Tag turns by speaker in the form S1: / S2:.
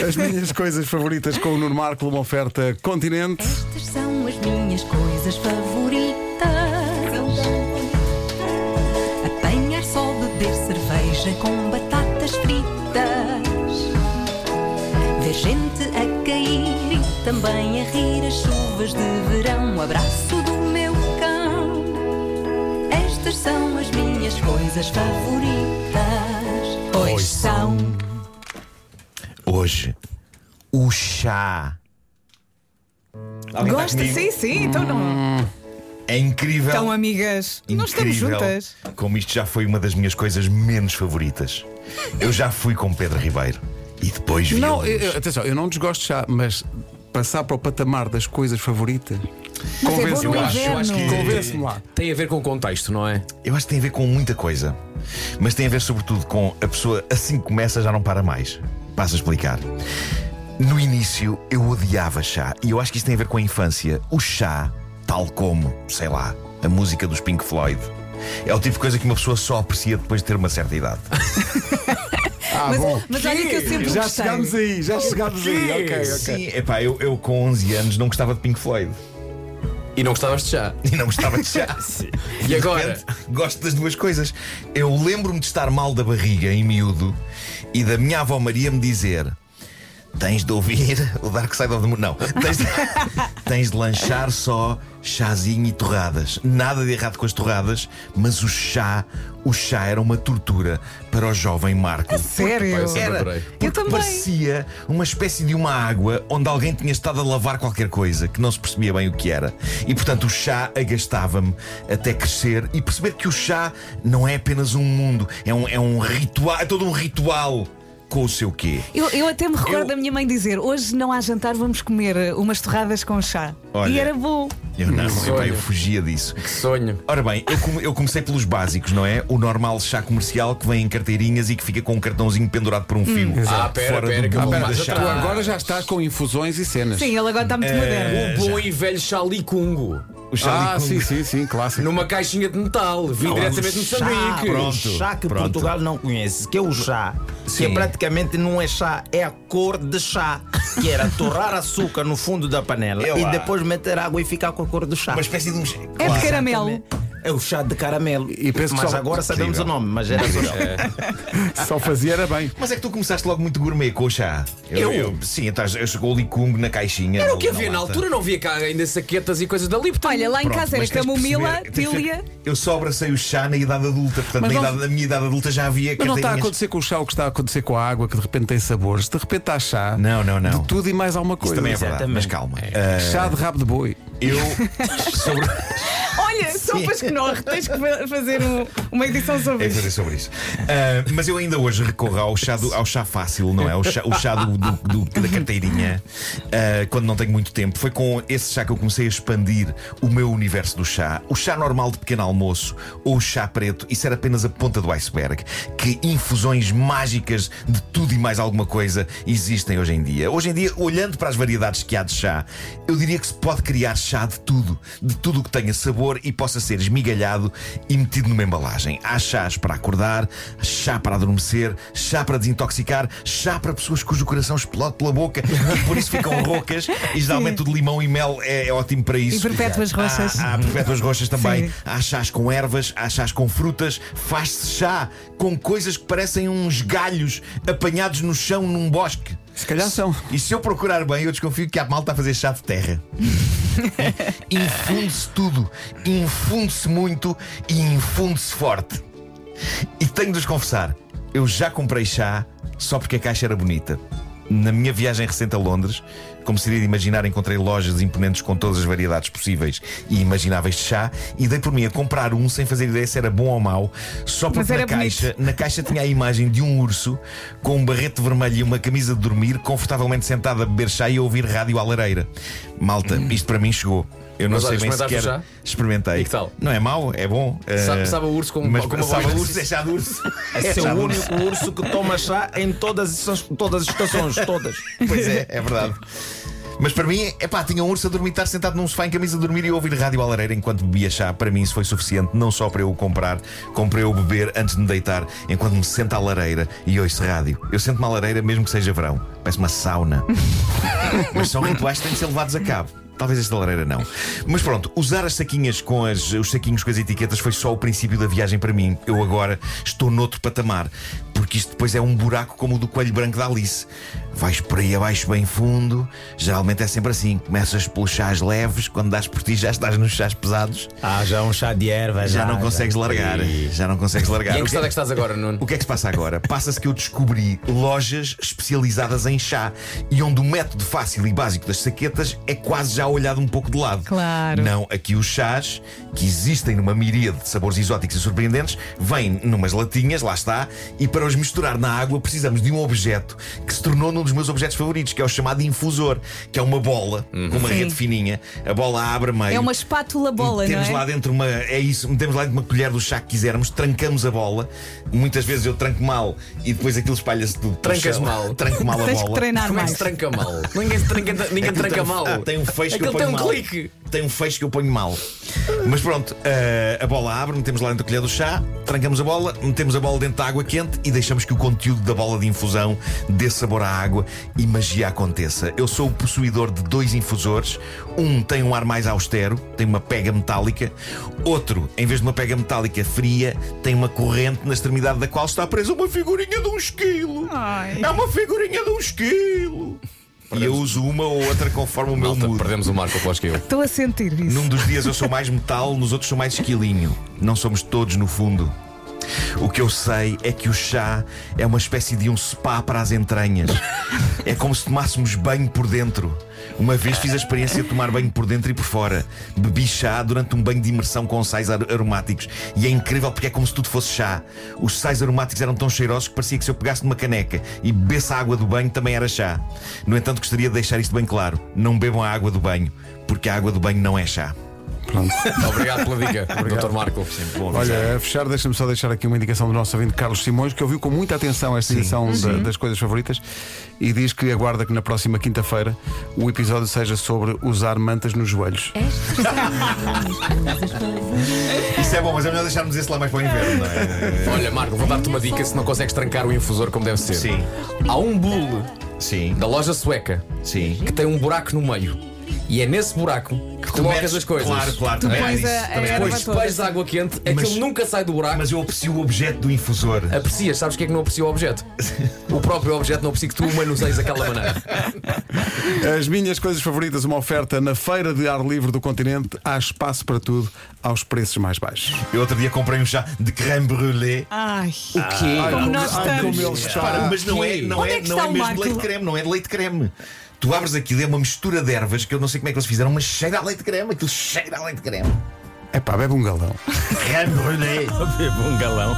S1: As minhas coisas favoritas com o Nuno Marco, uma oferta continente.
S2: Estas são as minhas coisas favoritas: apanhar só, beber cerveja com batatas fritas, ver gente a cair e também a rir as chuvas de verão. O abraço do meu cão. Estas são as minhas coisas favoritas, pois são.
S3: Hoje, o chá.
S4: Gosta, sim, sim, então não.
S3: É incrível.
S4: Então, amigas, nós estamos
S3: incrível
S4: juntas.
S3: Como isto já foi uma das minhas coisas menos favoritas. Eu já fui com Pedro Ribeiro e depois vi.
S1: Não,
S3: a
S1: eu-
S3: luz.
S1: eu- atenção, eu não desgosto de chá, mas passar para o patamar das coisas favoritas.
S4: Mas é bom
S1: Convence-me
S4: no
S1: lá.
S4: inverno.
S5: eu acho que-
S1: Convence-me lá.
S5: Tem a ver com contexto, não é?
S3: Eu acho que tem a ver com muita coisa. Mas tem a ver sobretudo com a pessoa assim que começa já não para mais. Passo a explicar. No início eu odiava chá e eu acho que isso tem a ver com a infância. O chá, tal como, sei lá, a música dos Pink Floyd, é o tipo de coisa que uma pessoa só aprecia depois de ter uma certa idade.
S1: Ah,
S4: mas,
S1: bom.
S4: mas olha que eu sempre
S1: Já
S4: gostei.
S1: chegámos aí, já chegámos aí.
S5: quê?
S1: Ok, ok.
S3: Sim, epá, eu, eu com 11 anos não gostava de Pink Floyd
S5: E não gostavas de chá.
S3: e não gostava de chá.
S5: E agora?
S3: Portanto, Gosto das duas coisas. Eu lembro-me de estar mal da barriga em miúdo e da minha avó Maria me dizer: Tens de ouvir o Dark Side of the Moon. Não, tens de, tens de lanchar só chazinho e torradas. Nada de errado com as torradas, mas o chá, o chá era uma tortura para o jovem Marco.
S4: Sério?
S5: Porque, pá, eu sempre
S3: Era,
S5: adorei.
S3: porque
S4: Eu também.
S3: parecia uma espécie de uma água onde alguém tinha estado a lavar qualquer coisa que não se percebia bem o que era. E portanto o chá agastava-me até crescer e perceber que o chá não é apenas um mundo, é um, é um ritual, é todo um ritual com o seu quê.
S4: Eu, eu até me recordo
S3: Eu-
S4: da minha mãe dizer: hoje não há jantar, vamos comer eh, umas torradas com chá.
S3: Olha.
S4: E era bom.
S3: Eu não, epá,
S5: sonho.
S3: eu fugia disso.
S5: Que sonho.
S3: Ora bem, eu, come- eu comecei pelos básicos, não é? O normal chá comercial que vem em carteirinhas e que fica com um cartãozinho pendurado por um fio.
S5: Ah, pera,
S3: fora
S5: pera,
S3: do
S5: que eu vou
S3: mundo
S5: mais
S3: da chá.
S1: Tu agora já estás com infusões e cenas.
S4: Sim, ele agora está
S3: É.
S4: muito moderno.
S5: O bom e velho chá licungo.
S3: O chá
S1: Ah,
S3: ali com-
S1: sim, sim, sim, clássico.
S5: Numa caixinha de metal. Vim diretamente de Moçambique.
S3: pronto.
S6: O chá que
S3: pronto.
S6: Portugal não conhece, que é o chá, que
S3: Sim.
S6: praticamente não é chá, é a cor de chá, que era torrar açúcar no fundo da panela
S3: Eu
S6: e
S3: lá.
S6: depois meter água e ficar com a cor do chá.
S3: Uma espécie de um.
S4: É de
S3: Claro.
S4: caramelo.
S6: É o chá de caramelo.
S1: E penso que
S6: mas
S1: só-
S6: agora sabemos
S3: Incrível.
S6: o nome, mas era só chá.
S1: Só fazia era bem.
S3: Mas é que tu começaste logo muito gourmet com o chá.
S5: Eu?
S3: sim, atrás, eu chegou o licungo na caixinha.
S5: Era o que
S3: na
S5: havia na
S3: lata.
S5: altura, não havia cá ainda saquetas e coisas da Lipton.
S4: Olha, lá em
S3: Pronto,
S4: casa era
S3: mas tens de
S4: camomila,
S3: perceber- tens de
S4: tília.
S3: perceber, Eu só abracei o chá na idade adulta, portanto,
S1: Mas
S3: na,
S1: não-
S3: idade, na minha idade adulta já havia
S1: Mas não está a
S3: carteirinhas.
S1: acontecer com o chá o que está a acontecer com a água, que de repente tem sabores. De repente há chá.
S3: Não, não, não.
S1: De tudo e mais alguma
S3: Isso
S1: coisa.
S3: também é verdade,
S6: Exatamente.
S3: mas calma.
S1: Chá de rabo de boi.
S3: Ah, eu. Sobre...
S4: Olha, sopas que não tens que fa- fazer um- uma edição sobre
S3: É
S4: isso.
S3: fazer sobre isso. Ah, mas eu ainda hoje recorro ao chá, do- ao chá fácil, não é? O chá, o chá do- do- do- da carteirinha, ah, quando não tenho muito tempo. Foi com esse chá que eu comecei a expandir o meu universo do chá. O chá normal de pequeno almoço ou o chá preto, isso era apenas a ponta do iceberg. Que infusões mágicas de tudo e mais alguma coisa existem hoje em dia. Hoje em dia, olhando para as variedades que há de chá, eu diria que se pode criar chá de tudo, de tudo o que tenha sabor e possa ser esmigalhado e metido numa embalagem. Há chás para acordar, chá para adormecer, chá para desintoxicar, chá para pessoas cujo coração explode pela boca e por isso ficam roucas. E geralmente o de limão e mel é, é ótimo para isso. Ah,
S4: E perpétuas roxas.
S3: Há, há
S1: Uhum.
S3: perpétuas roxas também.
S4: Sim.
S3: Há chás com ervas, há chás com frutas, faz-se chá com coisas que parecem uns galhos apanhados no chão num bosque.
S1: Se calhar são.
S3: E se eu procurar bem, eu desconfio que há malta a fazer chá de terra. infunde-se tudo, infunde-se muito e infunde-se forte. E tenho de vos confessar, eu já comprei chá só porque a caixa era bonita. Na minha viagem recente a Londres, como seria de imaginar, encontrei lojas imponentes com todas as variedades possíveis e imagináveis de chá e dei por mim a comprar um sem fazer ideia se era bom ou mau, só
S4: Mas
S3: porque na
S4: era bonito.
S3: caixa na caixa tinha a imagem de um urso com um barrete vermelho e uma camisa de dormir, confortavelmente sentado a beber chá e a ouvir rádio à lareira. Malta, isto para mim chegou. Eu não
S5: Hum. Mas
S3: sei
S5: olha,
S3: bem
S5: experimentaste
S3: sequer.
S5: o chá?
S3: Experimentei.
S5: E que tal?
S3: Não é mau, é bom.
S5: Sabe-
S3: eh,
S5: sabe a urso com-
S3: mas
S5: com uma
S3: sabe a
S5: boina.
S3: urso, é chá de urso.
S6: Esse é
S3: chá
S6: o
S3: de urso.
S6: único urso que toma chá em todas as, todas as estações, todas.
S3: Pois é, é verdade. Mas para mim, é pá, tinha um urso a dormitar sentado num sofá em camisa a dormir e a ouvir rádio alareira enquanto bebia chá. Para mim, isso foi suficiente, não só para eu o comprar, como para eu beber antes de me deitar, enquanto me sento à lareira e ouço rádio. Eu sento-me à lareira, mesmo que seja verão. Parece uma sauna. Mas são rituais que têm de ser levados a cabo. Talvez esta lareira não. Mas pronto, usar as saquinhas com as, os saquinhos com as etiquetas foi só o princípio da viagem para mim. Eu agora estou noutro patamar, porque isto depois é um buraco como o do coelho branco da Alice. Vais por aí abaixo bem fundo, geralmente é sempre assim. Começas pelos chás leves, quando dás por ti já estás nos chás pesados,
S6: Ah, já um chá de erva.
S3: já não consegues largar. Já não consegues largar.
S5: E em
S3: O
S5: que
S3: que é-
S5: estado é que estás agora, Nuno?
S3: o que é que se passa agora? Passa-se que eu descobri lojas especializadas em chá e onde o método fácil e básico das saquetas é quase já olhado um pouco de lado.
S4: Claro.
S3: Não, aqui os chás, que existem numa miríade de sabores exóticos e surpreendentes, vêm numas latinhas, lá está, e para os misturar na água precisamos de um objeto que se tornou num dos meus objetos favoritos, que é o chamado infusor, que é uma bola com uma
S4: Uhum. Sim.
S3: rede fininha. A bola abre meio.
S4: É uma espátula bola, não
S3: Metemos lá
S4: é?
S3: dentro uma. É isso, metemos lá dentro uma colher do chá que quisermos, trancamos a bola. Muitas vezes eu tranco mal e depois aquilo espalha-se tudo. pelo
S5: Trancas
S3: chão.
S5: mal.
S3: Tranco mal a
S4: Tens que
S3: bola.
S4: treinar.
S5: Como é que se tranca mal? Ninguém se tranca, ninguém
S3: Aquilo
S5: tranca
S3: tem um-
S5: mal.
S3: ah, tem um fecho que eu
S5: Aquilo
S3: ponho
S5: tem um
S3: mal.
S5: clique.
S3: Tem um fecho que eu ponho mal. Mas pronto, eh, a bola abre, metemos lá dentro a colher do chá, trancamos a bola, metemos a bola dentro da água quente e deixamos que o conteúdo da bola de infusão dê sabor à água e magia aconteça. Eu sou o possuidor de dois infusores. Um tem um ar mais austero, tem uma pega metálica. Outro, em vez de uma pega metálica fria, tem uma corrente na extremidade da qual está presa uma figurinha de um esquilo.
S4: Ai.
S3: É uma figurinha de um esquilo. E eu uso uma ou outra conforme o meu
S5: Malta,
S3: mood.
S5: perdemos o Marco após que eu.
S4: Estou a sentir isso.
S3: Num dos dias eu sou mais metal, nos outros sou mais esquilinho. Não somos todos, no fundo. O que eu sei é que o chá é uma espécie de um spa para as entranhas. É como se tomássemos banho por dentro. Uma vez fiz a experiência de tomar banho por dentro e por fora. Bebi chá durante um banho de imersão com sais ar- aromáticos. E é incrível porque é como se tudo fosse chá. Os sais aromáticos eram tão cheirosos que parecia que se eu pegasse numa caneca e bebesse a água do banho também era chá. No entanto, gostaria de deixar isto bem claro: não bebam a água do banho, porque a água do banho não é chá.
S1: Pronto.
S5: Obrigado pela dica, Dr. Marco.
S3: Bom, é-
S1: Olha, a fechar, deixa-me só deixar aqui uma indicação do nosso ouvinte Carlos Simões, que ouviu com muita atenção esta edição da- das coisas favoritas e diz que aguarda que na próxima quinta-feira o episódio seja sobre usar mantas nos
S2: É.
S1: joelhos.
S2: Estas são as coisas favoritas.
S3: isso é bom, mas é melhor deixarmos esse lá mais para o inverno, não é?
S5: Olha, Marco, vou dar-te uma dica se não consegues trancar o infusor como deve ser.
S3: Sim,
S5: Há um bule
S3: sim,
S5: da loja sueca
S3: sim.
S5: que tem um buraco no meio. E é nesse buraco que colocas
S3: metes-
S5: as coisas.
S3: Claro, claro, também há
S4: pões
S3: isso.
S4: a- a
S3: também há
S4: erva
S3: isso.
S5: Depois espelhas de água quente,
S3: Mas-
S5: aquilo nunca sai do buraco.
S3: Mas eu aprecio o objeto do infusor.
S5: Aprecias, sabes que é que não aprecia o objeto? O próprio objeto não aprecia que tu o manuseias daquela maneira.
S1: As minhas coisas favoritas, uma oferta na Feira de Ar Livre do Continente, há espaço para tudo, aos preços mais baixos.
S3: Eu outro dia comprei um chá de creme brûlée.
S4: Ai.
S1: Ai,
S4: nós
S1: ai,
S4: estamos.
S1: como ele está.
S3: Repara, mas não é, não
S4: Onde
S3: é,
S4: é que
S3: não
S4: está
S3: é
S4: o
S3: mesmo
S4: Marco?
S3: leite de creme, não é de leite de creme. Tu abres aquilo, é uma mistura de ervas que eu não sei como é que eles fizeram, mas cheira a leite de creme, aquilo cheira a leite de creme.
S1: É pá, bebe um galão.
S3: Creme brûlée.
S6: um galão.